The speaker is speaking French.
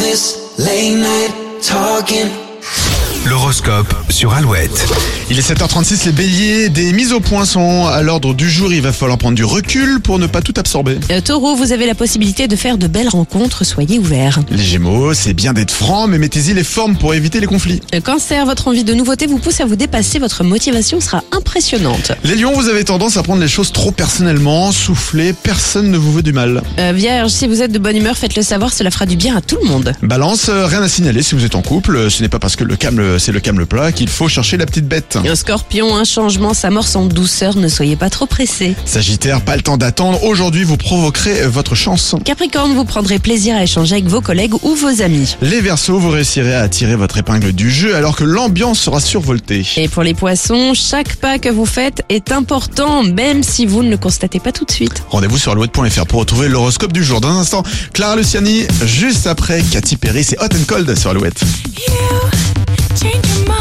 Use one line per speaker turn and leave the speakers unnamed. this late night talking.
L'horoscope sur Alouette.
Il est 7h36, les béliers, des mises au point sont à l'ordre du jour, il va falloir prendre du recul pour ne pas tout absorber.
Euh, Taureau, vous avez la possibilité de faire de belles rencontres, soyez ouverts.
Les gémeaux, c'est bien d'être franc, mais mettez-y les formes pour éviter les conflits.
Euh, Cancer, votre envie de nouveauté vous pousse à vous dépasser, votre motivation sera impressionnante.
Les lions, vous avez tendance à prendre les choses trop personnellement, soufflez, personne ne vous veut du mal.
Euh, Vierge, si vous êtes de bonne humeur, faites-le savoir, cela fera du bien à tout le monde.
Balance, euh, rien à signaler si vous êtes en couple, euh, ce n'est pas parce que le calme euh, c'est le calme le plat qu'il faut chercher la petite bête.
Euh, Scorpion, un changement s'amorce en douceur, ne soyez pas trop pressé.
Sagittaire, pas le temps d'attendre, aujourd'hui vous provoquerez euh, votre chance.
Capricorne, vous prendrez plaisir à échanger avec vos collègues ou vos amis.
Les Verseaux, vous réussirez à attirer votre épingle du jeu alors que l'ambiance sera survoltée.
Et pour les poissons, chaque pas que vous faites est important, même si vous ne le constatez pas tout de suite.
Rendez-vous sur alouette.fr pour retrouver l'horoscope du jour. Dans un instant, Clara Luciani, juste après Cathy Perry, c'est Hot and Cold sur Alouette.
You change your mind.